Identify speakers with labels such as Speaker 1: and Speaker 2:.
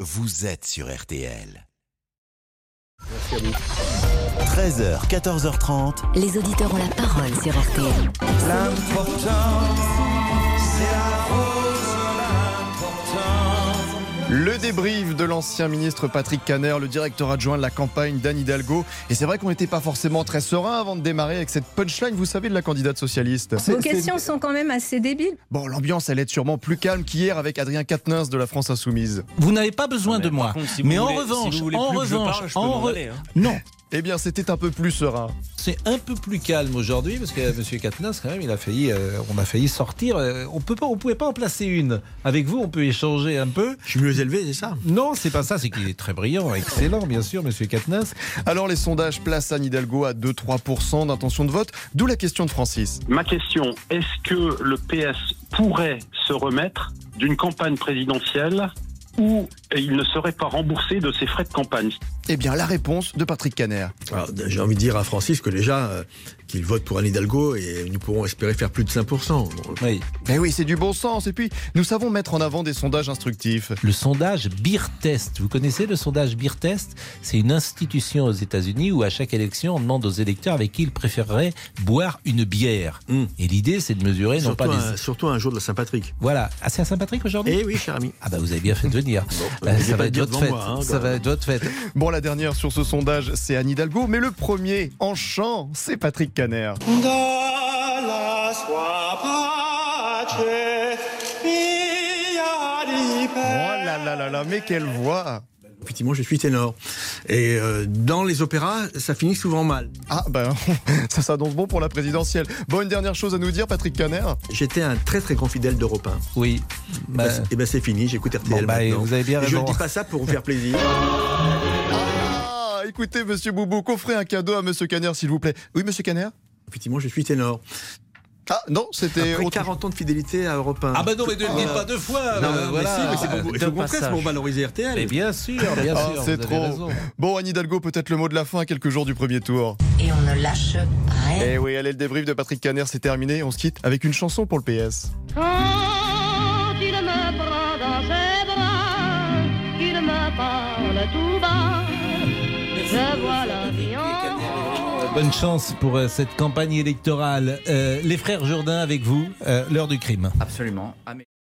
Speaker 1: vous êtes sur RTL. Merci à vous. 13h, 14h30.
Speaker 2: Les auditeurs ont la parole sur RTL.
Speaker 3: Le débrief de l'ancien ministre Patrick Caner, le directeur adjoint de la campagne d'Anne Hidalgo. Et c'est vrai qu'on n'était pas forcément très serein avant de démarrer avec cette punchline, vous savez, de la candidate socialiste.
Speaker 4: Vos questions sont quand même assez débiles.
Speaker 3: Bon, l'ambiance, elle est sûrement plus calme qu'hier avec Adrien Quatennens de la France Insoumise.
Speaker 5: Vous n'avez pas besoin de moi.
Speaker 6: contre, si vous
Speaker 5: mais en
Speaker 6: voulez- si
Speaker 5: revanche,
Speaker 6: vous voulez
Speaker 5: en
Speaker 6: plus que je
Speaker 5: revanche,
Speaker 6: parle, je peux
Speaker 5: en
Speaker 6: m'en
Speaker 5: re-
Speaker 6: aller, hein.
Speaker 5: non,
Speaker 3: Eh bien, c'était un peu plus serein.
Speaker 7: C'est un peu plus calme aujourd'hui parce que euh, Monsieur Katnas, quand même, il a failli, euh, on a failli sortir. euh, on peut pas, on pouvait pas en placer une. Avec vous, on peut échanger un peu.
Speaker 8: Je suis mieux élevé, c'est ça
Speaker 7: Non, c'est pas ça. C'est qu'il est très brillant, excellent, bien sûr, Monsieur Katnas.
Speaker 3: Alors, les sondages placent Anne Hidalgo à 2-3% d'intention de vote, d'où la question de Francis.
Speaker 9: Ma question, est-ce que le PS pourrait se remettre d'une campagne présidentielle où il ne serait pas remboursé de ses frais de campagne
Speaker 3: Eh bien, la réponse de Patrick Caner.
Speaker 8: Alors, J'ai envie de dire à Francis que déjà, euh, qu'il vote pour Anne Hidalgo et nous pourrons espérer faire plus de 5%. Bon,
Speaker 7: Oui.
Speaker 3: Eh oui, c'est du bon sens. Et puis, nous savons mettre en avant des sondages instructifs.
Speaker 7: Le sondage Beer Test. Vous connaissez le sondage Beer Test C'est une institution aux États-Unis où à chaque élection, on demande aux électeurs avec qui ils préféreraient boire une bière.
Speaker 6: Hmm.
Speaker 8: Mm.
Speaker 7: Et l'idée, c'est de mesurer non
Speaker 8: surtout,
Speaker 7: pas
Speaker 8: un,
Speaker 7: des.
Speaker 8: surtout un jour de la Saint-Patrick.
Speaker 7: Voilà. Ah, c'est à Saint-Patrick aujourd'hui
Speaker 8: Eh oui, cher ami.
Speaker 7: Ah bah vous avez bien fait de venir.
Speaker 8: Bon,
Speaker 7: Euh,
Speaker 8: n'oubliez
Speaker 7: ça
Speaker 8: pas
Speaker 7: va
Speaker 8: de
Speaker 7: être
Speaker 8: dire
Speaker 7: votre
Speaker 8: devant
Speaker 7: fête.
Speaker 8: moi, hein,
Speaker 7: ça
Speaker 8: quand
Speaker 7: va
Speaker 8: même.
Speaker 7: être votre fête.
Speaker 3: Bon, la dernière sur ce sondage, c'est Anne Hidalgo, mais le premier en chant, c'est Patrick Caner. Oh là là là là, mais quelle voix
Speaker 8: Effectivement, je suis ténor. Et euh, dans les opéras, ça finit souvent mal.
Speaker 3: Ah ben, ça s'annonce bon pour la présidentielle. Bon, une dernière chose à nous dire, Patrick Caner
Speaker 8: J'étais un très très grand fidèle d'Europe 1.
Speaker 7: Oui.
Speaker 8: Ah,
Speaker 7: Bah,
Speaker 8: et ben c'est fini, j'écoute RTL
Speaker 7: bah,
Speaker 8: maintenant.
Speaker 7: vous avez bien
Speaker 8: Et je
Speaker 7: raison.
Speaker 8: ne dis pas ça pour vous faire plaisir.
Speaker 3: Ah, écoutez, monsieur Boubou, coffrez un cadeau à monsieur Caner, s'il vous plaît. Oui, monsieur Caner
Speaker 8: Effectivement, je suis ténor.
Speaker 3: Ah non, c'était...
Speaker 8: Après
Speaker 3: autre-
Speaker 8: 40 ans de fidélité à Europe 1.
Speaker 7: ah bah non, mais ne le dites pas deux fois.
Speaker 8: Non,
Speaker 7: euh,
Speaker 8: bah, mais
Speaker 7: voilà.
Speaker 8: si, mais c'est pour,
Speaker 6: euh,
Speaker 8: il faut
Speaker 6: d'un
Speaker 8: qu'on presse
Speaker 6: passage.
Speaker 8: pour valoriser RTL.
Speaker 7: Mais bien sûr, bien
Speaker 3: Ah,
Speaker 7: sûr.
Speaker 3: c'est
Speaker 7: vous avez
Speaker 3: trop.
Speaker 7: raison.
Speaker 3: Bon, Anne Hidalgo, peut-être le mot de la fin à quelques jours du premier tour.
Speaker 2: Et on ne lâche rien.
Speaker 3: Eh oui, allez, le débrief de Patrick Caner, c'est terminé. On se quitte avec une chanson pour le PS.
Speaker 10: Quand il me prend dans ses bras, il me parle tout bas. Je vois la vie en rose.
Speaker 7: Bonne chance pour euh, cette campagne électorale. Euh, les frères Jourdain avec vous. euh, L'heure du crime.
Speaker 6: Absolument. Ah, mais-